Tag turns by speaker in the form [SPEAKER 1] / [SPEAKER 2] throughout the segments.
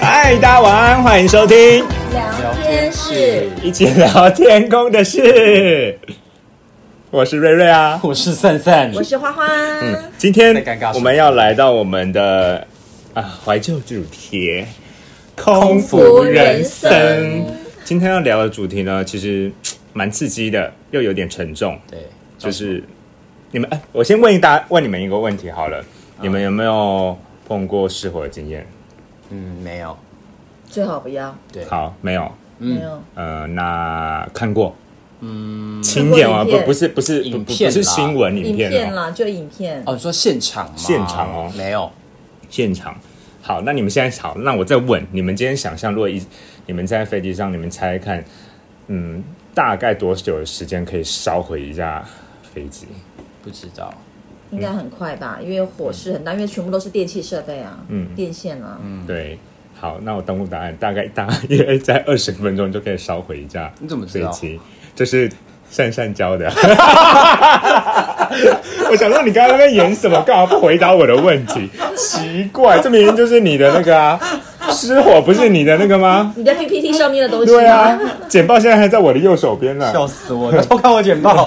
[SPEAKER 1] 嗨，大家晚安，欢迎收听，
[SPEAKER 2] 聊天室，
[SPEAKER 1] 一起聊天空的事。我是瑞瑞啊，嗯
[SPEAKER 3] 我是散散，
[SPEAKER 2] 我是花花。
[SPEAKER 1] 今天
[SPEAKER 3] 在尴尬什么
[SPEAKER 1] 我们要来到我们的啊怀旧主题——空
[SPEAKER 2] 服人生。
[SPEAKER 1] 今天要聊的主题呢，其实嘖蛮刺激的，又有点沉重。
[SPEAKER 3] 对，
[SPEAKER 1] 就是
[SPEAKER 3] 哦
[SPEAKER 1] 你们，哎，我先问大家，问你们一个问题好了，你们有没有碰过失火的经验？
[SPEAKER 3] 嗯，没有，
[SPEAKER 2] 最好不要，
[SPEAKER 3] 对，
[SPEAKER 1] 好，没有。
[SPEAKER 2] 没有。
[SPEAKER 1] 呃，那看过，嗯，
[SPEAKER 2] 看
[SPEAKER 1] 亲
[SPEAKER 2] 过
[SPEAKER 1] 眼
[SPEAKER 2] 影
[SPEAKER 1] 啊，不
[SPEAKER 2] 片
[SPEAKER 1] 不是不是不
[SPEAKER 3] 影
[SPEAKER 1] 不
[SPEAKER 3] 片
[SPEAKER 1] 不是
[SPEAKER 3] 啦
[SPEAKER 1] 新闻影
[SPEAKER 2] 影
[SPEAKER 1] 片哦
[SPEAKER 2] 片啦，就影片。
[SPEAKER 3] 哦，你说现场吗？
[SPEAKER 1] 现场哦
[SPEAKER 3] 没有，
[SPEAKER 1] 现场。好，那你们现在好，那我再问你们，今天想象，如果一你们在飞机上，你们猜看，嗯，大概多久的时间可以烧毁一架飞机？
[SPEAKER 3] 不知道，
[SPEAKER 2] 应该很快吧，因为火势很大，因为全部都是电器设备啊，嗯，电线啊，嗯，
[SPEAKER 1] 对，好，那我公布答案，大概大约在二十分钟就可以烧毁一架
[SPEAKER 3] 你怎么知
[SPEAKER 1] 飞
[SPEAKER 3] 道
[SPEAKER 1] 机，就是善善教的。 我想说你刚刚在那边演什么，干嘛不回答我的问题？奇怪，这明明就是你的那个啊，失火不是你的那个吗？
[SPEAKER 2] 你的 PPT 上面的东西
[SPEAKER 1] 对啊，简报现在还在我的右手边呢。
[SPEAKER 3] 笑死 我！你偷看我简报，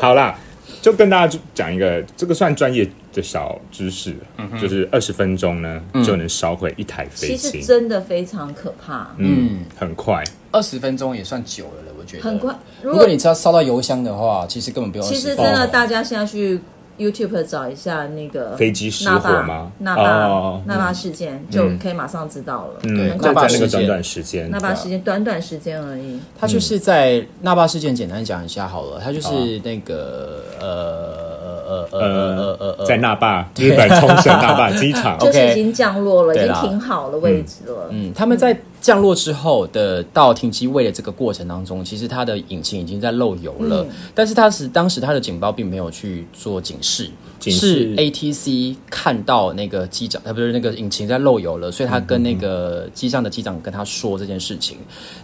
[SPEAKER 1] 好啦，就跟大家讲一个，这个算专业的小知识，
[SPEAKER 3] 嗯
[SPEAKER 1] 就是二十分钟呢、就能烧毁一台飞
[SPEAKER 2] 其实
[SPEAKER 1] 机，
[SPEAKER 2] 真的非常可怕，
[SPEAKER 1] 嗯，很快。
[SPEAKER 3] 二十分钟也算久了了，我觉得
[SPEAKER 2] 很快。。如
[SPEAKER 3] 如果你只要烧到油箱的话，其实根本不用20
[SPEAKER 2] 其
[SPEAKER 3] 分钟。
[SPEAKER 2] 实真的，大家现在去 YouTube 找一下那个
[SPEAKER 1] 飞机失火吗
[SPEAKER 2] 那霸
[SPEAKER 1] 哦
[SPEAKER 2] 那霸事件就可以马上知道了，
[SPEAKER 1] 嗯，
[SPEAKER 2] 很
[SPEAKER 1] 就
[SPEAKER 2] 可
[SPEAKER 1] 在
[SPEAKER 2] 怕
[SPEAKER 3] 霸。
[SPEAKER 1] 那
[SPEAKER 3] 事
[SPEAKER 1] 个
[SPEAKER 3] 件
[SPEAKER 1] 短短时间，
[SPEAKER 2] 那霸时间短短时间而已，
[SPEAKER 3] 他就是在那霸事件，简单讲一下好了，他就是那个呃呃呃呃呃
[SPEAKER 1] 呃
[SPEAKER 3] 呃，，
[SPEAKER 1] 在那霸日本冲绳那 霸机场，
[SPEAKER 2] 就是
[SPEAKER 3] OK
[SPEAKER 2] 已经降落了，已
[SPEAKER 3] 对
[SPEAKER 2] 经
[SPEAKER 3] 啦
[SPEAKER 2] 停好了位置了，
[SPEAKER 3] 嗯，他们在降落之后的到停机位的这个过程当中，其实它的引擎已经在漏油了，
[SPEAKER 1] 嗯
[SPEAKER 3] 但是它是当时它的警报并没有去做警示，
[SPEAKER 1] 警示
[SPEAKER 3] 是 ATC 看到那个机长，呃，不是那个引擎在漏油了，所以他跟那
[SPEAKER 1] 嗯
[SPEAKER 3] 个机上的机长跟他说这件事情，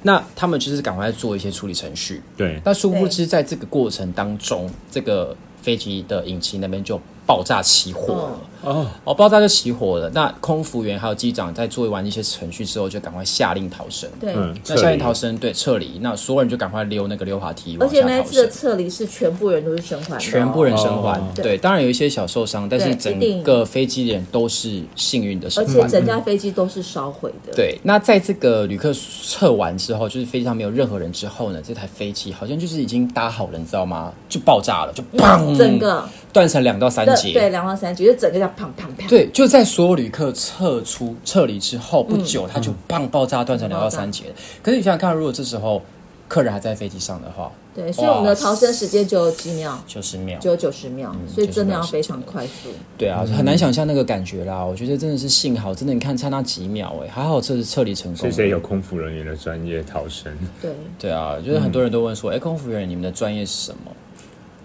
[SPEAKER 3] 那他们就是赶快做一些处理程序，
[SPEAKER 1] 对，
[SPEAKER 3] 那殊不知在这个过程当中，这个飞机的引擎那边就爆炸起火了。
[SPEAKER 2] 哦
[SPEAKER 1] 哦，
[SPEAKER 3] 哦，爆炸就起火了。那空服员还有机长在做完一些程序之后，就赶快下令逃生。
[SPEAKER 2] 对。
[SPEAKER 1] 嗯，
[SPEAKER 3] 那下
[SPEAKER 1] 撤
[SPEAKER 3] 令
[SPEAKER 1] 离
[SPEAKER 3] 逃生，对，撤离。那所有人就赶快溜那个溜滑梯，
[SPEAKER 2] 而
[SPEAKER 3] 往
[SPEAKER 2] 且
[SPEAKER 3] 下
[SPEAKER 2] 那一
[SPEAKER 3] 逃
[SPEAKER 2] 次的
[SPEAKER 3] 生。
[SPEAKER 2] 撤离是全部人都是生还的哦，
[SPEAKER 3] 全部人生还，
[SPEAKER 1] 哦
[SPEAKER 3] 对，当然有一些小受伤，但
[SPEAKER 2] 对
[SPEAKER 3] 是
[SPEAKER 2] 一
[SPEAKER 3] 整
[SPEAKER 2] 定嗯
[SPEAKER 3] 个飞机人都是幸运的
[SPEAKER 2] 而
[SPEAKER 3] 生
[SPEAKER 2] 且
[SPEAKER 3] 还。
[SPEAKER 2] 整架飞机都是烧毁的。，
[SPEAKER 3] 对，那在这个旅客撤完之后，就是飞机上没有任何人之后呢，这台飞机好像就是已经搭好了，你知道吗？就爆炸了，就砰，
[SPEAKER 2] 整个
[SPEAKER 3] 断成两到三
[SPEAKER 2] 对
[SPEAKER 3] 节，
[SPEAKER 2] 对两万三级，就整个叫砰砰砰。
[SPEAKER 3] 对，就在所有旅客撤出撤离之后不
[SPEAKER 2] 嗯
[SPEAKER 3] 久，它就棒爆炸断成两到三节。可是你想想看，如果这时候客人还在飞机上的话，
[SPEAKER 2] 对，所以我们的逃生时间只有几秒，
[SPEAKER 3] 九十秒，
[SPEAKER 2] 只有九十秒，所以真的要
[SPEAKER 3] 嗯90秒
[SPEAKER 2] 非常快速。
[SPEAKER 3] 对
[SPEAKER 2] 嗯
[SPEAKER 3] 啊，很难想象那个感觉啦。我觉得真的是幸好，真的你看差那几秒、哎，还好这是撤离成
[SPEAKER 1] 谢。
[SPEAKER 3] 功
[SPEAKER 1] 谢有空服人员的专业逃 生，
[SPEAKER 2] 对，
[SPEAKER 3] 对啊，就是很多人都问说，哎、空服员你们的专业是什么？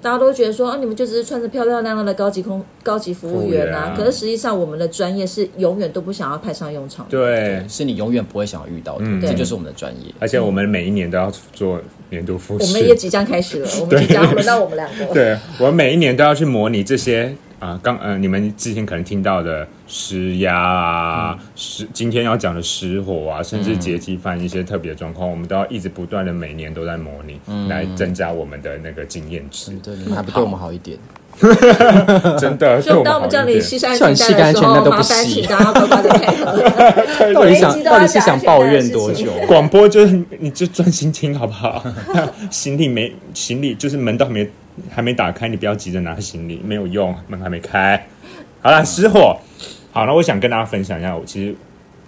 [SPEAKER 2] 大家都觉得说，啊，你们就只是穿着漂漂亮亮的高级空高级服务员啊
[SPEAKER 1] 服务员啊，
[SPEAKER 2] 可是实际上我们的专业是永远都不想要派上用场的。
[SPEAKER 1] 对，
[SPEAKER 3] 是你永远不会想要遇到的，这就是我们的专业。
[SPEAKER 1] 而且我们每一年都要做年度复
[SPEAKER 2] 我
[SPEAKER 1] 试，
[SPEAKER 2] 们也即将开始了，我们即将轮到我们两 个。
[SPEAKER 1] 对我每一年都要去模拟这些啊，刚呃，你们之前可能听到的施压啊，
[SPEAKER 2] 嗯
[SPEAKER 1] 失、今天要讲的失火啊，甚至劫机犯一些特别状况，我们都要一直不断的每年都在模拟，
[SPEAKER 2] 嗯
[SPEAKER 1] 来增加我们的那个经验 值。
[SPEAKER 3] 对，你们还不对我们好一点？
[SPEAKER 1] 真的，
[SPEAKER 2] 所
[SPEAKER 1] 对
[SPEAKER 2] 以当
[SPEAKER 1] 好
[SPEAKER 2] 我们
[SPEAKER 1] 一
[SPEAKER 2] 叫你
[SPEAKER 1] 点
[SPEAKER 2] 系上安
[SPEAKER 3] 叫你
[SPEAKER 2] 全
[SPEAKER 3] 系个
[SPEAKER 2] 带
[SPEAKER 3] 安
[SPEAKER 2] 的时
[SPEAKER 3] 全
[SPEAKER 2] 候，
[SPEAKER 3] 带都不
[SPEAKER 2] 麻烦
[SPEAKER 3] 系
[SPEAKER 2] 请大家乖乖的配合。
[SPEAKER 3] 到底
[SPEAKER 2] 每一
[SPEAKER 3] 想
[SPEAKER 2] 集都要
[SPEAKER 3] 到底是
[SPEAKER 2] 讲
[SPEAKER 3] 想
[SPEAKER 2] 安全
[SPEAKER 3] 抱
[SPEAKER 2] 带的
[SPEAKER 3] 怨
[SPEAKER 2] 事
[SPEAKER 3] 多
[SPEAKER 2] 情
[SPEAKER 3] 久？
[SPEAKER 1] 广播就是你就专心听好不好？ 行李没行李，就是门都还没还没打开，你不要急着拿行李，没有用，门还没开。好啦，失火。好，那我想跟大家分享一下，我其实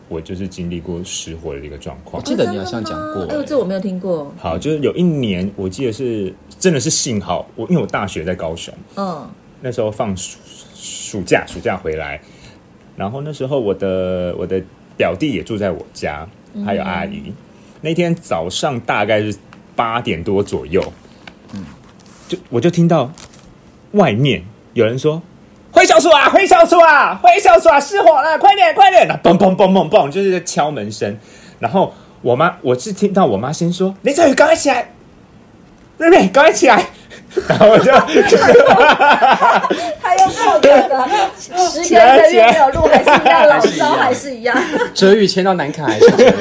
[SPEAKER 1] 我就是经历过失火的一个状况。
[SPEAKER 3] 记得你好像讲过
[SPEAKER 2] 哦
[SPEAKER 1] 欸
[SPEAKER 2] 真的吗哎，这我没有听过。
[SPEAKER 1] 好，就是有一年，我记得是真的是幸好我，因为我大学在高雄，
[SPEAKER 2] 嗯，
[SPEAKER 1] 那时候放暑暑假，暑假回来，然后那时候我的我的表弟也住在我家，还有阿姨。那天早上大概是八点多左右，嗯，就我就听到外面有人说。灰小鼠啊，灰小鼠啊，灰小鼠啊，失火了，快点，快点！那嘣嘣嘣嘣嘣，就是在敲门声。然后我妈，我是听到我妈先说：“林振宇，赶快起来！瑞瑞，赶快起来！” 然后我就
[SPEAKER 2] 还有爆掉的，十个一个月没有录，还是一 样老招，还是一样。
[SPEAKER 3] 折鱼签到南卡还 是折鱼？你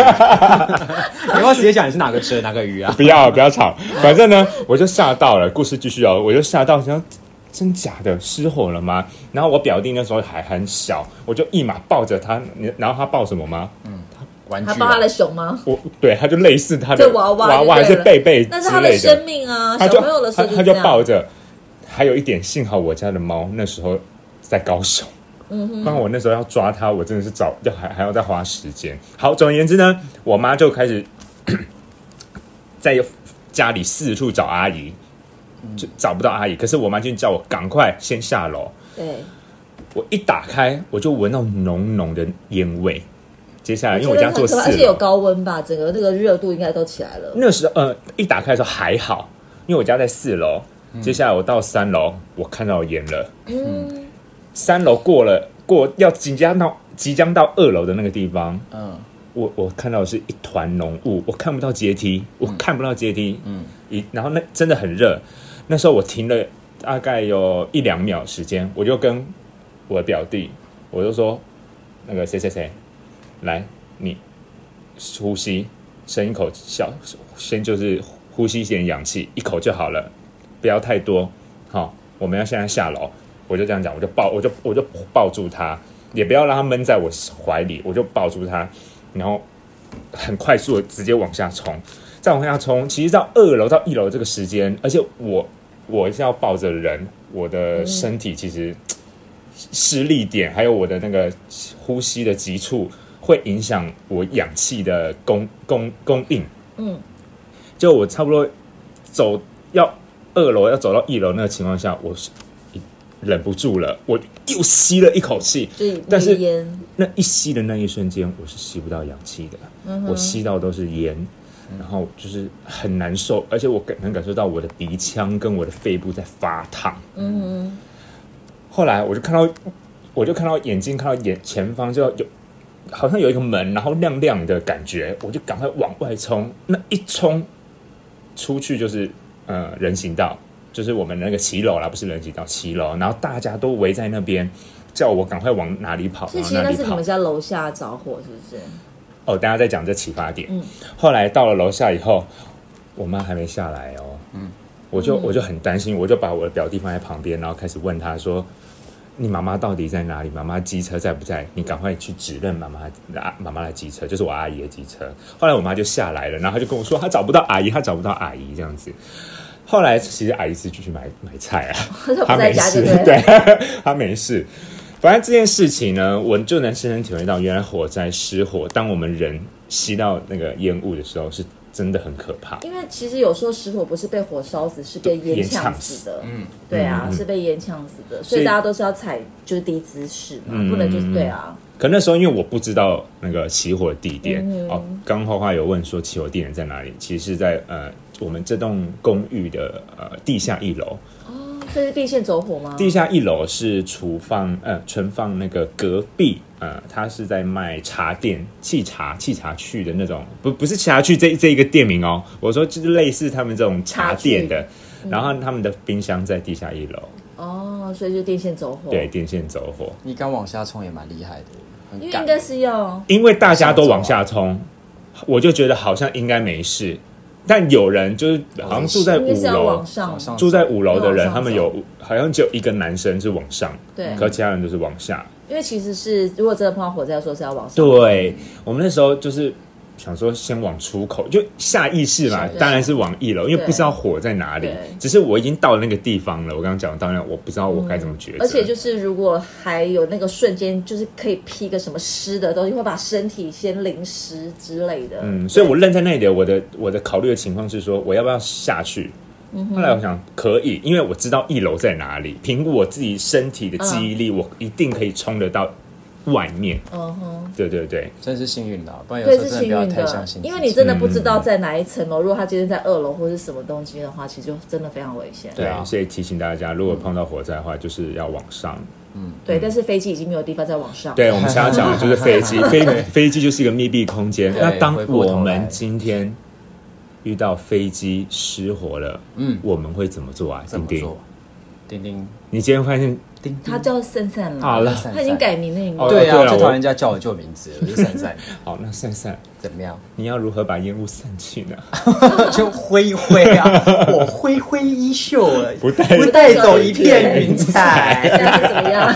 [SPEAKER 3] 要不要直接讲你是哪个折哪个鱼啊？
[SPEAKER 1] 不要不要吵，反正呢，我就吓到了。故事继续哦，我就吓到，想真假的失火了吗？然后我表弟那时候还很小，我就一马抱着他，你然后他抱什么吗？
[SPEAKER 3] 玩具
[SPEAKER 2] 他
[SPEAKER 3] 啊，
[SPEAKER 2] 抱他的熊吗？
[SPEAKER 1] 我对，他就类似他的
[SPEAKER 2] 这娃娃
[SPEAKER 1] 娃还
[SPEAKER 2] 就对
[SPEAKER 1] 是
[SPEAKER 2] 了
[SPEAKER 1] 贝贝
[SPEAKER 2] 那是他
[SPEAKER 1] 之
[SPEAKER 2] 的
[SPEAKER 1] 类的
[SPEAKER 2] 生，命啊，
[SPEAKER 1] 他
[SPEAKER 2] 小
[SPEAKER 1] 就
[SPEAKER 2] 朋友的时
[SPEAKER 1] 他
[SPEAKER 2] 候
[SPEAKER 1] 他
[SPEAKER 2] 这
[SPEAKER 1] 就
[SPEAKER 2] 样。
[SPEAKER 1] 抱着。还有一点，幸好我家的猫那时候在高雄，
[SPEAKER 2] 嗯
[SPEAKER 1] 不然我那时候要抓它，我真的是找要还还要再花时间。好，总而言之呢，我妈就开始 在家里四处找阿姨，就找不到阿姨。可是我妈就叫我赶快先下楼。
[SPEAKER 2] 对，
[SPEAKER 1] 我一打开，我就闻到浓浓的烟味。接下来，因为
[SPEAKER 2] 觉
[SPEAKER 1] 我家做
[SPEAKER 2] 得很
[SPEAKER 1] 四
[SPEAKER 2] 可怕，而且有
[SPEAKER 1] 楼，
[SPEAKER 2] 高温吧，整个那个热度应该都起来了。
[SPEAKER 1] 那时候呃一打开的时候还好，因为我家在四楼。接下来我到三楼，我看到烟了。
[SPEAKER 2] 嗯，
[SPEAKER 1] 三楼过了，过要即将到即将到二楼的那个地方，
[SPEAKER 3] 嗯，
[SPEAKER 1] 我我看到的是一团浓雾，我看不到阶梯，我看不到阶梯，嗯，一然后那真的很热，那时候我停了大概有一两秒时间，我就跟我的表弟，我就说那个谁谁谁，来你呼吸，深一口小，先就是呼吸一点氧气，一口就好了，不要太多，好、我们要现在下楼，我就这样讲，我就抱，我就我就抱住他，也不要让他闷在我怀里，我就抱住他，然后很快速的直接往下冲，再往下冲，其实到二楼到一楼这个时间，而且我我是要抱着人，我的身体其实施力点，还有我的那个呼吸的急促，会影响我氧气的供供供应。
[SPEAKER 2] 嗯，
[SPEAKER 1] 就我差不多走要二楼要走到一楼那个情况下，我是忍不住了，我又吸了一口气，
[SPEAKER 2] 就是
[SPEAKER 1] 但是哦
[SPEAKER 2] 那个烟，
[SPEAKER 1] 那一吸的那一瞬间，我是吸不到氧气的，
[SPEAKER 2] 嗯
[SPEAKER 1] 我
[SPEAKER 2] 哼，嗯
[SPEAKER 1] 吸到都是烟，然后就是很难受，而且我感能感受到我的鼻腔跟我的肺部在发烫。
[SPEAKER 2] 嗯哼，
[SPEAKER 1] 后来我就看到，我就看到眼睛看到眼前方就有，好像有一个门，然后亮亮的感觉，我就赶快往外冲。那一冲出去就是呃人行道，就是我们那个骑楼啦，不是人行道，骑楼。然后大家都围在那边，叫我赶快往哪里跑，
[SPEAKER 2] 所
[SPEAKER 1] 往
[SPEAKER 2] 以其实
[SPEAKER 1] 哪
[SPEAKER 2] 那
[SPEAKER 1] 里
[SPEAKER 2] 是你
[SPEAKER 1] 跑
[SPEAKER 2] 们。家楼下着火，是不是？
[SPEAKER 1] 哦，大家在讲这启发点。
[SPEAKER 2] 嗯
[SPEAKER 1] 后来到了楼下以后，我妈还没下来哦。嗯，我就我就很担心，我就把我的表弟放在旁边，然后开始问他说：“你妈妈到底在哪里？妈妈机车在不在？你赶快去指认妈妈啊，妈妈的机车，就是我阿姨的机车。”后来我妈就下来了，然后她就跟我说：“她找不到阿姨，她找不到阿姨这样子。”后来其实阿姨是去去买买菜啊，
[SPEAKER 2] 他
[SPEAKER 1] 他
[SPEAKER 2] 不在
[SPEAKER 1] 没
[SPEAKER 2] 家
[SPEAKER 1] 事
[SPEAKER 2] 就对，了。
[SPEAKER 1] 对， 他没事。反正这件事情呢，我就能深深体会到，原来火灾失火，当我们人吸到那个烟雾的时候，是真的很可怕。
[SPEAKER 2] 因为其实有时候失火不是被火烧死，是被烟呛死的。嗯，对啊，是被烟呛死的，所以大家都是要踩就是低姿势嘛，不能就是对啊，
[SPEAKER 1] 可那时候因为我不知道那个起火地点、
[SPEAKER 2] 嗯
[SPEAKER 1] 哦，刚花花有问说起火地点在哪里，其实是在呃我们这栋公寓的呃地下一楼，
[SPEAKER 2] 这是电线走火吗？
[SPEAKER 1] 地下一楼是厨放呃存放那个隔壁呃，他是在卖茶店沏茶沏茶去的那种，不不是沏茶去这这一个店名哦，我说就是类似他们这种茶店的，然后他们的冰箱在地下一楼，
[SPEAKER 2] 嗯哦，所以就电线走火。
[SPEAKER 1] 对，，电线走火，
[SPEAKER 3] 你刚往下冲也蛮厉害的，很
[SPEAKER 2] 因为
[SPEAKER 3] 敢
[SPEAKER 2] 应该是要
[SPEAKER 1] 因为大家都往下冲，我就觉得好像应该没事，但有人就是好像住在
[SPEAKER 2] 应
[SPEAKER 1] 五
[SPEAKER 2] 该哦是要
[SPEAKER 1] 楼
[SPEAKER 2] 往。上
[SPEAKER 3] 往。上
[SPEAKER 1] 住在五楼的人，
[SPEAKER 2] 往上走
[SPEAKER 1] 他们有好像只有一个男生是往上，
[SPEAKER 2] 对
[SPEAKER 1] 可其他人都是往下。
[SPEAKER 2] 因为其实是如果真的碰到火灾，说是要往上。
[SPEAKER 1] 对我们那时候就是想说先往出口，就下意识嘛，
[SPEAKER 2] 是
[SPEAKER 1] 当然是往一楼，因为
[SPEAKER 2] 对
[SPEAKER 1] 不知道火在哪里
[SPEAKER 2] 对。
[SPEAKER 1] 只是我已经到了那个地方了，我刚刚讲，当然我不知道我该怎么抉择。
[SPEAKER 2] 嗯而且就是如果还有那个瞬间，就是可以披个什么湿的东西，会把身体先淋湿之类的。
[SPEAKER 1] 嗯，所以我愣在那里，我的我的考虑的情况是说，我要不要下去？
[SPEAKER 2] 嗯
[SPEAKER 1] 后来我想可以，因为我知道一楼在哪里，凭我自己身体的记忆力，我一定可以冲得到外面。
[SPEAKER 2] 嗯哼，
[SPEAKER 1] 对对对，
[SPEAKER 3] 真是幸运的啊，不然有
[SPEAKER 2] 对，
[SPEAKER 3] 时候
[SPEAKER 2] 是
[SPEAKER 3] 真
[SPEAKER 2] 幸
[SPEAKER 3] 的不要
[SPEAKER 2] 运
[SPEAKER 3] 太
[SPEAKER 2] 的
[SPEAKER 3] 相信，自己。嗯
[SPEAKER 2] 因为你真的不知道在哪一层哦楼。如果他今天在二楼或是什么东西的话，其实就真的非常危险。
[SPEAKER 3] 对啊
[SPEAKER 1] 所以提醒大家，如果碰到火灾的话，就是要往上。
[SPEAKER 2] 对，但是飞机已经没有地方再往上。
[SPEAKER 1] 对，我们想要讲的 就是飞机，飞飞机就是一个密闭空间。
[SPEAKER 3] 对
[SPEAKER 1] 那当
[SPEAKER 3] 回过头
[SPEAKER 1] 我
[SPEAKER 3] 来
[SPEAKER 1] 们今天遇到飞机失火了，
[SPEAKER 3] 嗯，
[SPEAKER 1] 我们会怎么做啊？
[SPEAKER 3] 怎
[SPEAKER 1] 丁
[SPEAKER 3] 么
[SPEAKER 1] 丁
[SPEAKER 3] 做，？丁丁
[SPEAKER 1] 你今天发现
[SPEAKER 3] 丁丁，
[SPEAKER 2] 他叫散散了，
[SPEAKER 1] 好了
[SPEAKER 3] 散
[SPEAKER 2] 他已经改名了，你
[SPEAKER 1] 哦
[SPEAKER 2] 们
[SPEAKER 3] 对啊，
[SPEAKER 1] 对
[SPEAKER 3] 我
[SPEAKER 1] 啊
[SPEAKER 3] 最
[SPEAKER 1] 我
[SPEAKER 3] 讨厌人家叫我旧名字了，我就散散，
[SPEAKER 1] 好，那散散，
[SPEAKER 3] 怎么样？
[SPEAKER 1] 你要如何把烟雾散去呢？
[SPEAKER 3] 就挥一挥啊，我挥挥衣袖，
[SPEAKER 1] 不带
[SPEAKER 3] 不带走一片云
[SPEAKER 2] 这
[SPEAKER 3] 彩。
[SPEAKER 2] 样是怎 么样？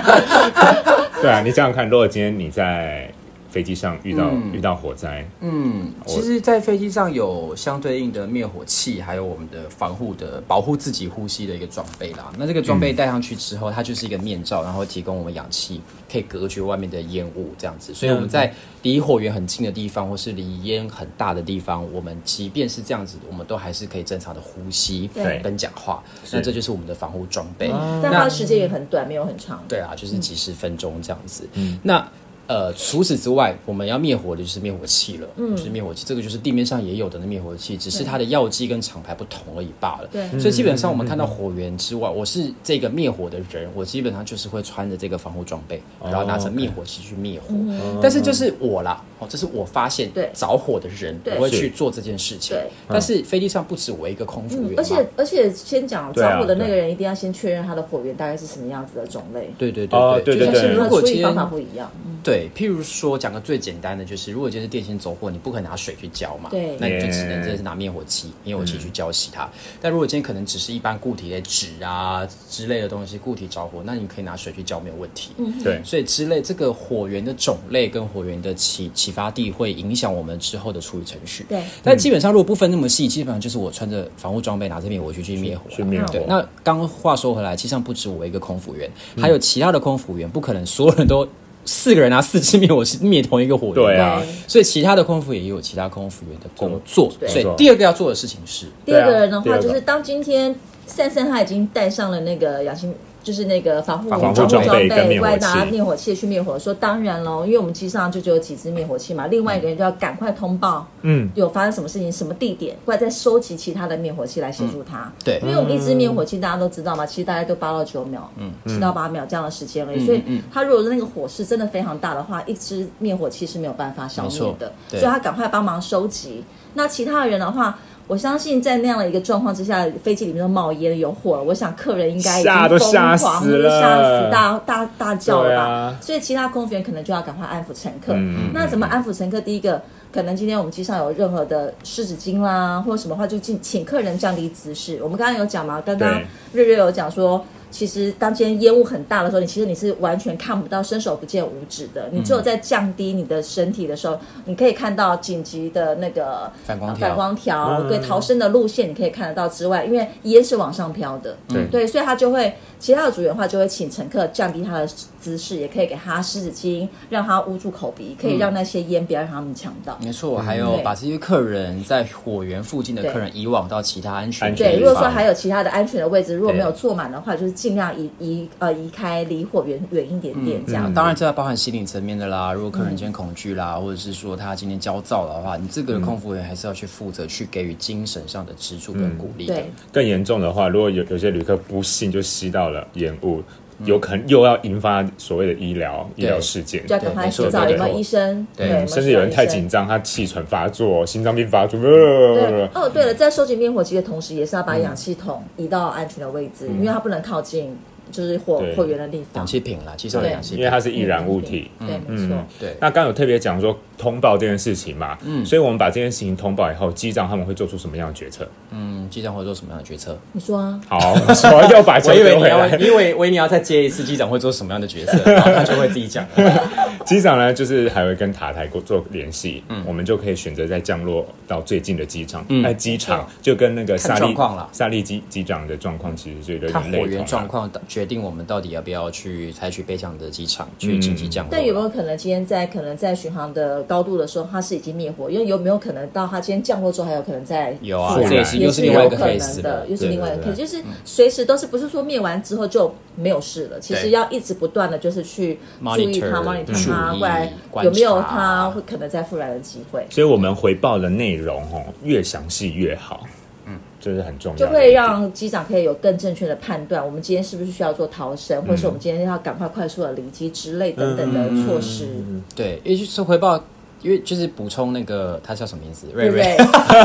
[SPEAKER 1] 对啊，你想想看，如果今天你在飞机上遇到、
[SPEAKER 3] 嗯
[SPEAKER 1] 遇到火灾，
[SPEAKER 3] 嗯，其实，在飞机上有相对应的灭火器，还有我们的防护的保护自己呼吸的一个装备啦。那这个装备戴上去之后，它就是一个面罩，然后提供我们氧气，可以隔绝外面的烟雾这样子。所以我们在离火源很近的地方，或是离烟很大的地方，我们即便是这样子，我们都还是可以正常的呼吸
[SPEAKER 2] 对
[SPEAKER 3] 跟讲话。那这就是我们的防护装 备。
[SPEAKER 2] 但他的时间也很短，没有很长。
[SPEAKER 3] 对啊，就是几十分钟这样子。
[SPEAKER 2] 嗯
[SPEAKER 3] 那呃，除此之外，我们要灭火的就是灭火器了，
[SPEAKER 2] 嗯
[SPEAKER 3] 就是灭火器，这个就是地面上也有的那灭火器，只是它的药剂跟厂牌不同而已罢了。
[SPEAKER 2] 对嗯
[SPEAKER 3] 所以基本上我们看到火源之外，我是这个灭火的人，我基本上就是会穿着这个防护装备，
[SPEAKER 1] 哦
[SPEAKER 3] 然后拿着灭火器去灭火。但是就是我啦，哦，这是我发现
[SPEAKER 2] 嗯对
[SPEAKER 3] 着火的人，
[SPEAKER 2] 对
[SPEAKER 3] 我会
[SPEAKER 1] 是
[SPEAKER 3] 去做这件事情
[SPEAKER 2] 对。嗯
[SPEAKER 3] 但是飞机上不止我一个空服员嘛，
[SPEAKER 2] 而且而且，先讲
[SPEAKER 1] 对啊
[SPEAKER 2] 招呼的那个
[SPEAKER 1] 对
[SPEAKER 2] 人一定要先确认他的火源大概是什么样子的种类，
[SPEAKER 3] 对对
[SPEAKER 1] 哦
[SPEAKER 3] 对
[SPEAKER 1] 对对
[SPEAKER 3] 就
[SPEAKER 2] 但
[SPEAKER 3] 是
[SPEAKER 2] 是
[SPEAKER 1] 对
[SPEAKER 3] 如
[SPEAKER 2] 如
[SPEAKER 3] 果
[SPEAKER 2] 果
[SPEAKER 3] 今
[SPEAKER 2] 处理
[SPEAKER 3] 天
[SPEAKER 2] 方法不一样，嗯
[SPEAKER 3] 对，譬如说讲个最简单的，就是如果今天是电线走火，你不可能拿水去浇嘛，
[SPEAKER 2] 对
[SPEAKER 3] 那你就只
[SPEAKER 1] Yeah
[SPEAKER 3] 能真的是拿灭火器，灭火器去浇熄它。但如果今天可能只是一般固体的纸啊之类的东西，固体着火，那你可以拿水去浇，没有问题。
[SPEAKER 2] 嗯
[SPEAKER 1] 对，
[SPEAKER 3] 所以之类这个火源的种类跟火源的启启发地，会影响我们之后的处理程序。
[SPEAKER 2] 对
[SPEAKER 1] 嗯
[SPEAKER 3] 但基本上如果不分那么细，基本上就是我穿着防护装备，拿着灭火器去灭火啦，
[SPEAKER 1] 去灭火
[SPEAKER 3] 对，那刚刚话说回来，机上不止我一个空服员，
[SPEAKER 1] 嗯
[SPEAKER 3] 还有其他的空服员，不可能所有人都四个人拿四支灭火器灭同一个火源。
[SPEAKER 1] 对啊
[SPEAKER 2] 对
[SPEAKER 3] 所以其他的空服也有其他空服员的工作，
[SPEAKER 2] 对
[SPEAKER 3] 所以第二个要做的事情是，
[SPEAKER 2] 第二个人的
[SPEAKER 1] 对
[SPEAKER 2] 话，
[SPEAKER 1] 啊
[SPEAKER 2] 就是当今天珊珊她已经戴上了那个氧气，就是那个防护
[SPEAKER 1] 防护
[SPEAKER 2] 装
[SPEAKER 1] 装备跟灭火器
[SPEAKER 2] 外拿灭火器去灭火，说当然喽，因为我们机上就只有几支灭火器嘛，另外一个人就要赶快通报，
[SPEAKER 1] 嗯，
[SPEAKER 2] 有发生什么事情、什么地点，或者再收集其他的灭火器来协助他。
[SPEAKER 3] 对
[SPEAKER 1] 嗯
[SPEAKER 2] 因为我们一支灭火器大家都知道嘛，其实大概都八到九秒，嗯，七到八秒这样的时间而
[SPEAKER 1] 嗯
[SPEAKER 2] 已。所以他如果是那个火势真的非常大的话，一支灭火器是没有办法消灭的，
[SPEAKER 3] 没错对
[SPEAKER 2] 所以他赶快帮忙收集。那其他的人的话。我相信在那样的一个状况之下，飞机里面都冒烟有火了。我想客人应该已经
[SPEAKER 1] 吓
[SPEAKER 2] 疯
[SPEAKER 1] 都
[SPEAKER 2] 狂，
[SPEAKER 1] 吓死
[SPEAKER 2] 都吓
[SPEAKER 1] 了
[SPEAKER 2] 死大大大叫了
[SPEAKER 1] 对
[SPEAKER 2] 吧？
[SPEAKER 1] 啊
[SPEAKER 2] 所以其他空服员可能就要赶快安抚乘客。
[SPEAKER 1] 嗯
[SPEAKER 2] 那怎么安抚乘客？第一个，可能今天我们机上有任何的湿纸巾啦，或者什么话，就请请客人降低姿势。我们刚刚有讲嘛，刚刚瑞瑞有讲说。其实，当今天烟雾很大的时候，你其实你是完全看不到伸手不见五指的。你只有在降低你的身体的时候，你可以看到紧急的那个
[SPEAKER 3] 反光
[SPEAKER 2] 呃
[SPEAKER 3] 条
[SPEAKER 2] 反光条
[SPEAKER 1] 嗯
[SPEAKER 2] 对逃生的路线你可以看得到之外，因为烟是往上飘的，
[SPEAKER 1] 对
[SPEAKER 2] 对，所以他就会其他的组员的话就会请乘客降低他的姿势，也可以给他湿纸巾，让他捂住口鼻，可以让那些烟不要让他们抢到。
[SPEAKER 3] 没错，
[SPEAKER 1] 嗯
[SPEAKER 3] 还有
[SPEAKER 2] 对
[SPEAKER 3] 把这些客人在火源附近的
[SPEAKER 2] 对
[SPEAKER 3] 客人移往到其他安全
[SPEAKER 1] 安
[SPEAKER 3] 的
[SPEAKER 1] 全
[SPEAKER 2] 对，
[SPEAKER 1] 地
[SPEAKER 2] 如
[SPEAKER 3] 地
[SPEAKER 2] 果
[SPEAKER 3] 方
[SPEAKER 2] 说还有其他的安全的位置，如果
[SPEAKER 3] 对
[SPEAKER 2] 没有坐满的话，就是尽量移移呃移开，离火源远一点点这样。
[SPEAKER 3] 当然，这要包含心理层面的啦。如果客人今天恐惧啦，或者是说他今天焦躁的话，你这个空服员还是要去负责去给予精神上的支柱跟鼓励的。
[SPEAKER 2] 嗯对，
[SPEAKER 1] 更严重的话，如果有有些旅客不幸就吸到了烟雾，有可能又要引发所谓的医疗医
[SPEAKER 3] 对
[SPEAKER 1] 疗事件。
[SPEAKER 2] 就要赶快
[SPEAKER 3] 没错
[SPEAKER 2] 寻找
[SPEAKER 3] 对
[SPEAKER 2] 有没
[SPEAKER 3] 对
[SPEAKER 2] 有医生，
[SPEAKER 3] 对
[SPEAKER 2] 有没
[SPEAKER 1] 甚
[SPEAKER 2] 需
[SPEAKER 1] 至
[SPEAKER 2] 要
[SPEAKER 1] 有人
[SPEAKER 2] 医
[SPEAKER 1] 太
[SPEAKER 2] 生
[SPEAKER 1] 紧张，他气喘发作、心脏病发作，
[SPEAKER 2] 对
[SPEAKER 1] 呃，
[SPEAKER 2] 哦，对了，在收集灭火器的同时，也是要把氧气筒移到安全的位置，因为它不能靠近就是火
[SPEAKER 1] 对
[SPEAKER 2] 火源的地方
[SPEAKER 3] 氧。气瓶啦，其实有氧气
[SPEAKER 1] 因为
[SPEAKER 3] 瓶。
[SPEAKER 1] 它是易燃物体。
[SPEAKER 2] 对，没错。
[SPEAKER 3] 对，
[SPEAKER 1] 那刚刚有特别讲说通报这件事情嘛，嗯，所以我们把这件事情通报以后，机长他们会做出什么样的决策？
[SPEAKER 3] 嗯，机长会做什么样的决策？
[SPEAKER 2] 你说啊，
[SPEAKER 1] 好，我要把球
[SPEAKER 3] 我以为
[SPEAKER 1] 丢
[SPEAKER 3] 你
[SPEAKER 1] 回
[SPEAKER 3] 要，
[SPEAKER 1] 来。
[SPEAKER 3] 你以为维尼要再接一次，机长会做什么样的角 色？然后他就会自己讲了。
[SPEAKER 1] 机长呢，就是还会跟塔台做联系，
[SPEAKER 3] 嗯
[SPEAKER 1] 我们就可以选择在降落到最近的机场。那机场就跟那个萨
[SPEAKER 3] 看
[SPEAKER 1] 利
[SPEAKER 3] 状况啦
[SPEAKER 1] 萨利机机长的状况其实是有
[SPEAKER 3] 看
[SPEAKER 1] 点类
[SPEAKER 3] 火
[SPEAKER 1] 同
[SPEAKER 3] 源
[SPEAKER 1] 啊
[SPEAKER 3] 状况决定我们到底要不要去采取备降的机场去紧急降落。
[SPEAKER 2] 但有没有可能今天在可能在巡航的高度的时候，它是已经灭火？因为有没有可能到它今天降落之后，还有可能在
[SPEAKER 3] 有啊
[SPEAKER 2] 自燃
[SPEAKER 1] 这也是
[SPEAKER 2] 也
[SPEAKER 1] 又
[SPEAKER 2] 是
[SPEAKER 1] 是另外一
[SPEAKER 2] 有
[SPEAKER 1] 个
[SPEAKER 2] 可
[SPEAKER 3] case
[SPEAKER 2] 能
[SPEAKER 3] 了
[SPEAKER 2] 的，又是
[SPEAKER 3] 对
[SPEAKER 2] 另外一个
[SPEAKER 3] 对嗯
[SPEAKER 2] case，就是随时都是不是说灭完之后就没有事了，其实
[SPEAKER 3] 对
[SPEAKER 2] 要一直不断的就是去注意它
[SPEAKER 3] Monitor，
[SPEAKER 2] ，monitor 它，
[SPEAKER 3] 注意
[SPEAKER 2] 过来有没有
[SPEAKER 3] 观察
[SPEAKER 2] 它会可能再复燃的机会。
[SPEAKER 1] 所以我们回报的内容哦，越详细越好，嗯，这是很重要的
[SPEAKER 2] 就
[SPEAKER 1] 一点，
[SPEAKER 2] 会让机长可以有更正确的判断，我们今天是不是需要做逃生，或者
[SPEAKER 3] 嗯
[SPEAKER 2] 是我们今天要赶快快速的离机之类等等的措施。
[SPEAKER 3] 对，也就是回报因为就是补充那个他叫什么名字，瑞
[SPEAKER 2] 对不
[SPEAKER 3] 瑞
[SPEAKER 2] 对？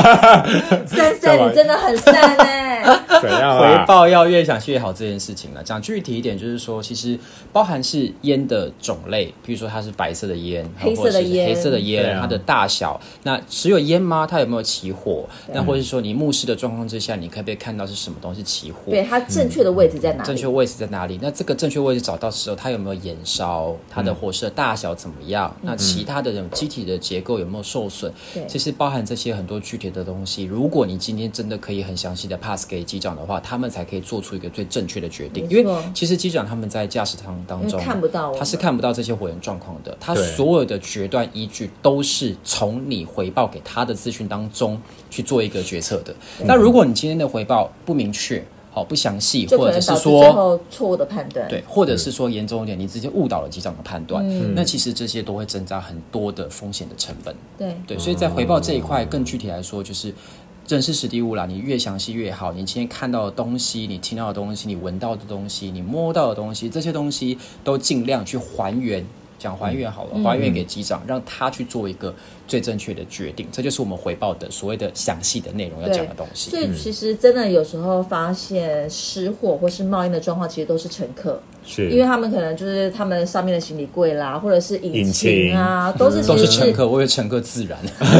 [SPEAKER 2] 珊珊，你真的很善哎、
[SPEAKER 1] 怎样啊
[SPEAKER 3] 回
[SPEAKER 1] 啦？
[SPEAKER 3] 报要越想越好这件事情了。讲具体一点，就是说，其实包含是烟的种类，比如说它是白色的烟，
[SPEAKER 2] 黑色
[SPEAKER 3] 或
[SPEAKER 2] 的
[SPEAKER 3] 者是
[SPEAKER 2] 烟
[SPEAKER 3] 黑色的
[SPEAKER 1] 对
[SPEAKER 3] 烟，
[SPEAKER 1] 啊
[SPEAKER 3] 它的大小。那只有烟吗？它有没有起火？那或者是说，你目视的状况之下，你可不可以看到是什么东西起火？
[SPEAKER 2] 对，它正确的位置在哪里？
[SPEAKER 3] 正确位置在哪里？那这个正确位置找到之后，它有没有延烧？它
[SPEAKER 2] 嗯
[SPEAKER 3] 的火势的大小怎么样？那其他的人机体的结构有没有受损？
[SPEAKER 2] 对
[SPEAKER 3] 其实包含这些很多具体的东西。如果你今天真的可以很详细的 pass 给机长的话，他们才可以做出一个最正确的决定。
[SPEAKER 2] 没
[SPEAKER 3] 因
[SPEAKER 2] 错
[SPEAKER 3] 为其实机长他们在驾驶舱当
[SPEAKER 2] 因
[SPEAKER 3] 中
[SPEAKER 2] 为看不到我们
[SPEAKER 3] 他是看不到这些火源状况的。他
[SPEAKER 1] 对
[SPEAKER 3] 所有的决断依据都是从你回报给他的资讯当中去做一个决策的。那如果你今天的回报不明确，好不详细，
[SPEAKER 2] 就
[SPEAKER 3] 或
[SPEAKER 2] 可
[SPEAKER 3] 者
[SPEAKER 2] 能
[SPEAKER 3] 是
[SPEAKER 2] 导致
[SPEAKER 3] 说
[SPEAKER 2] 最后错误的判断。
[SPEAKER 3] 对，或者是说严重一点，你直接误导了机长的判断，
[SPEAKER 2] 嗯
[SPEAKER 3] 那其实这些都会增加很多的风险的成本。
[SPEAKER 2] 对
[SPEAKER 3] 对，所以在回报这一块，更具体来说就是。认识史地物啦，你越详细越好。你今天看到的东西，你听到的东西，你闻到的东西，你摸到的东西，这些东西都尽量去还原，讲还原好了，
[SPEAKER 2] 嗯
[SPEAKER 3] 还原给机长，让他去做一个最正确的决定。这就是我们回报的所谓的详细的内容要
[SPEAKER 2] 对
[SPEAKER 3] 讲的东西。
[SPEAKER 2] 所以其实真的有时候发现失火或是冒烟的状况，其实都是乘客，因为
[SPEAKER 1] 是
[SPEAKER 2] 他们可能就是他们上面的行李柜啦，或者是引
[SPEAKER 1] 引
[SPEAKER 2] 擎
[SPEAKER 1] 擎
[SPEAKER 2] 啊，都是
[SPEAKER 3] 都
[SPEAKER 2] 其
[SPEAKER 3] 是
[SPEAKER 2] 实
[SPEAKER 3] 乘客，我以为乘客自燃。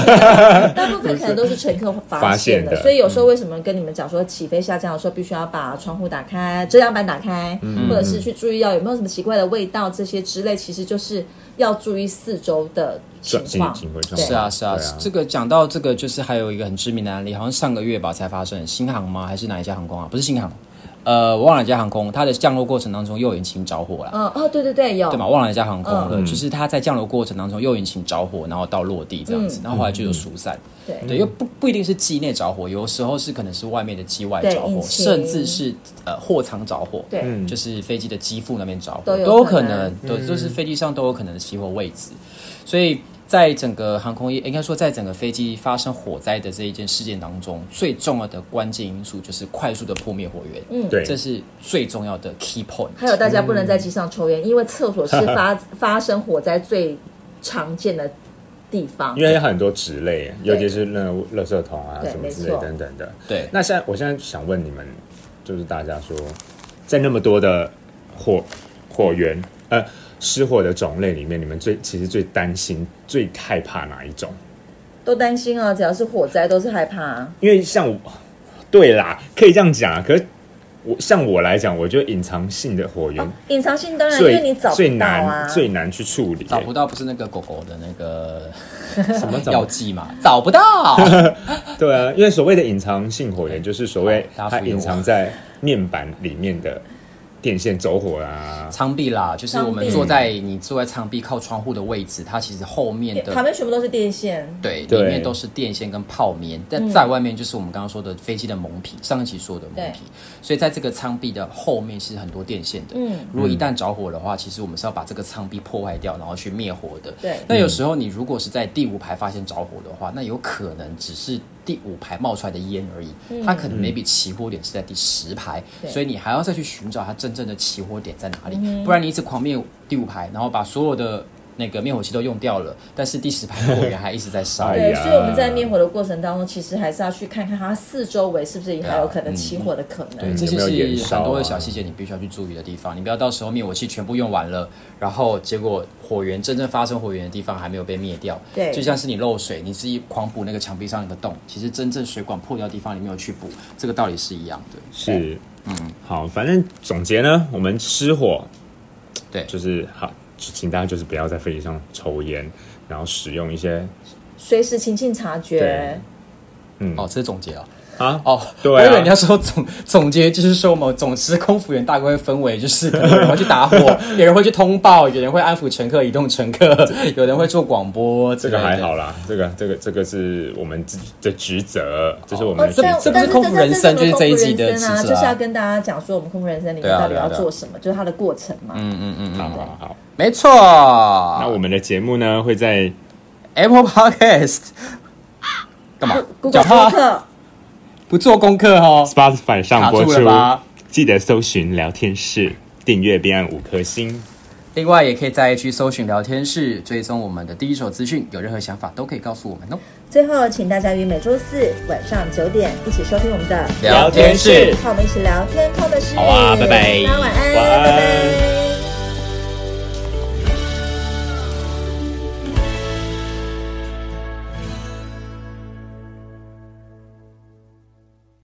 [SPEAKER 2] 大部分可能都是乘客发
[SPEAKER 1] 发
[SPEAKER 2] 现
[SPEAKER 1] 现
[SPEAKER 2] 的，
[SPEAKER 1] 的嗯
[SPEAKER 2] 所以有时候为什么跟你们讲说起飞下降的时候必须要把窗户打开、遮阳板打开，
[SPEAKER 1] 嗯
[SPEAKER 2] 或者是去注意到有没有什么奇怪的味道这些之类，其实就是要注意四周的情况。
[SPEAKER 1] 情况
[SPEAKER 2] 对
[SPEAKER 3] 是啊，是啊，
[SPEAKER 1] 对啊
[SPEAKER 3] 这个讲到这个，就是还有一个很知名的案例，好像上个月吧才发生，新航吗？还是哪一家航空啊？不是新航，呃，我忘了哪一家航空，它的降落过程当中右引擎着火了。
[SPEAKER 2] 嗯哦，对对对，有
[SPEAKER 3] 对嘛，忘了哪一家航空了，
[SPEAKER 1] 嗯
[SPEAKER 3] 就是它在降落过程当中，右引擎着火，然后到落地这样子，然后后来就有疏散。
[SPEAKER 2] 嗯对
[SPEAKER 3] 对，又不不一定是机内着火，有时候是可能是外面的机外
[SPEAKER 2] 对
[SPEAKER 3] 着
[SPEAKER 2] 引
[SPEAKER 3] 火，
[SPEAKER 2] 擎
[SPEAKER 3] 甚至是呃货舱着火。
[SPEAKER 2] 对
[SPEAKER 1] 嗯
[SPEAKER 3] 就是飞机的机腹那边着火
[SPEAKER 2] 都有
[SPEAKER 3] 有
[SPEAKER 2] 可
[SPEAKER 3] 可
[SPEAKER 2] 能
[SPEAKER 3] 能，对，就是飞机上都有可能的起火位置，所以。在整个航空业，应该说，在整个飞机发生火灾的这一件事件当中，最重要的关键因素就是快速的扑灭火源，
[SPEAKER 2] 嗯
[SPEAKER 1] 对
[SPEAKER 3] 这是最重要的 key point。
[SPEAKER 2] 还有大家不能在机上抽烟，因为厕所是发发生火灾最常见的地方
[SPEAKER 1] 因。为有很多职类，
[SPEAKER 2] 对
[SPEAKER 1] 尤其是那种垃圾桶啊
[SPEAKER 2] 对
[SPEAKER 1] 什么之
[SPEAKER 2] 没
[SPEAKER 1] 类
[SPEAKER 2] 错
[SPEAKER 1] 等等的。
[SPEAKER 3] 对，
[SPEAKER 1] 那现在我现在想问你们，就是大家说，在那么多的火火源呃失火的种类里面，你们最其实最担心、最害怕哪一种？
[SPEAKER 2] 都担心啊，只要是火灾都是害怕、啊。
[SPEAKER 1] 因为像我，对啦，可以这样讲啊。可是我像我来讲，我觉得隐藏性的火源
[SPEAKER 2] 哦隐藏性当然，因
[SPEAKER 1] 最、
[SPEAKER 2] 为你找
[SPEAKER 1] 最
[SPEAKER 2] 不到啊
[SPEAKER 1] 难。最难去处理、
[SPEAKER 3] 找不到不是那个狗狗的那 个
[SPEAKER 1] 什么
[SPEAKER 3] 药
[SPEAKER 1] 找
[SPEAKER 3] 剂嘛？找不到，
[SPEAKER 1] 对啊，因为所谓的隐藏性火源，就是所谓
[SPEAKER 3] 好大家
[SPEAKER 1] 它
[SPEAKER 3] 服务我
[SPEAKER 1] 隐藏在面板里面的电线走火啊，
[SPEAKER 3] 舱壁啦，就是我
[SPEAKER 2] 舱
[SPEAKER 3] 们
[SPEAKER 2] 壁
[SPEAKER 3] 坐在你坐在舱壁靠窗户的位置，它其实后面的
[SPEAKER 2] 旁边全部都是电线，
[SPEAKER 3] 对，
[SPEAKER 1] 对
[SPEAKER 3] 里面都是电线跟泡棉，但
[SPEAKER 2] 嗯
[SPEAKER 3] 在外面就是我们刚刚说的飞机的蒙皮，上一期说的蒙皮，所以在这个舱壁的后面是很多电线的。
[SPEAKER 2] 嗯，
[SPEAKER 3] 如果一旦着火的话，其实我们是要把这个舱壁破坏掉，然后去灭火的。
[SPEAKER 2] 对
[SPEAKER 3] 那有时候你如果是在第五排发现着火的话，那有可能只是第五排冒出来的烟而已，它可能 maybe 起火点是在第十排，
[SPEAKER 2] 对
[SPEAKER 3] 所以你还要再去寻找它真正的起火点在哪里，不然你一直狂灭第五排，然后把所有的。那个灭火器都用掉了，但是第十排的火源还一直在烧。
[SPEAKER 1] 哎
[SPEAKER 2] 对，
[SPEAKER 1] 呀
[SPEAKER 2] 所以我们在灭火的过程当中，其实还是要去看看它四周围是不是还有可能起火的可能。
[SPEAKER 3] 对，
[SPEAKER 1] 嗯有
[SPEAKER 3] 这些
[SPEAKER 1] 没有延
[SPEAKER 3] 是
[SPEAKER 1] 烧
[SPEAKER 3] 很多
[SPEAKER 1] 啊
[SPEAKER 3] 的小细节，你必须要去注意的地方。你不要到时候灭火器全部用完了，然后结果火源真正发生火源的地方还没有被灭掉。
[SPEAKER 2] 对
[SPEAKER 3] 就像是你漏水，你自己狂补那个墙壁上一个洞，其实真正水管破掉的地方你没有去补，这个道理是一样的。
[SPEAKER 1] 是，嗯，好，反正总结呢，我们失火
[SPEAKER 3] 对，
[SPEAKER 1] 就是好，请大家就是不要在飞机上抽烟，然后使用一些
[SPEAKER 2] 随时情境察觉，
[SPEAKER 1] 嗯
[SPEAKER 3] 哦，这是总结啊。
[SPEAKER 1] 啊，
[SPEAKER 3] 哦，
[SPEAKER 1] 对
[SPEAKER 3] 我
[SPEAKER 1] 啊
[SPEAKER 3] 以为你要说总总结，就是说我们总之空服员大概会分为，就是可能有人会 去打火，有人会去通报，有人会安抚乘客、移动乘客，有人会做广播之
[SPEAKER 1] 这
[SPEAKER 3] 类的。
[SPEAKER 1] 个还好啦，这个这个这个是我们自己的职责，这是我们
[SPEAKER 2] 哦
[SPEAKER 1] 的，职
[SPEAKER 2] 但
[SPEAKER 1] 责。
[SPEAKER 3] 这不
[SPEAKER 2] 但
[SPEAKER 3] 是空
[SPEAKER 2] 这
[SPEAKER 3] 服人生
[SPEAKER 2] 这
[SPEAKER 3] 就是这一集
[SPEAKER 2] 这
[SPEAKER 3] 的
[SPEAKER 2] 是空服人生啊，
[SPEAKER 3] 其
[SPEAKER 2] 就
[SPEAKER 3] 实啊
[SPEAKER 2] 是要跟大家讲说我们空服人生里面
[SPEAKER 3] 对啊
[SPEAKER 2] 到底
[SPEAKER 3] 对啊
[SPEAKER 2] 要
[SPEAKER 3] 对啊
[SPEAKER 2] 做什么，就是它的过程嘛。
[SPEAKER 3] 嗯嗯嗯嗯，
[SPEAKER 1] 好好好，
[SPEAKER 3] 没错。
[SPEAKER 1] 那我们的节目呢会在
[SPEAKER 3] Apple Podcast 干嘛？
[SPEAKER 2] Google
[SPEAKER 3] 讲话
[SPEAKER 2] 播客，
[SPEAKER 3] 不做功课哦，
[SPEAKER 1] Spotify 上
[SPEAKER 3] 卡
[SPEAKER 1] 播
[SPEAKER 3] 住了
[SPEAKER 1] 出，
[SPEAKER 3] 吧？
[SPEAKER 1] 记得搜寻聊天室，订阅并按五颗星。
[SPEAKER 3] 另外，也可以在 IG 搜寻聊天室，追踪我们的第一手资讯，有任何想法都可以告诉我们哦。
[SPEAKER 2] 最后，请大家于每周四晚上九点一起收听我们的
[SPEAKER 1] 聊天室
[SPEAKER 2] 和我们一起聊天空的事。
[SPEAKER 1] 好啊拜拜
[SPEAKER 2] 大家晚安，
[SPEAKER 1] 晚安
[SPEAKER 2] 拜拜。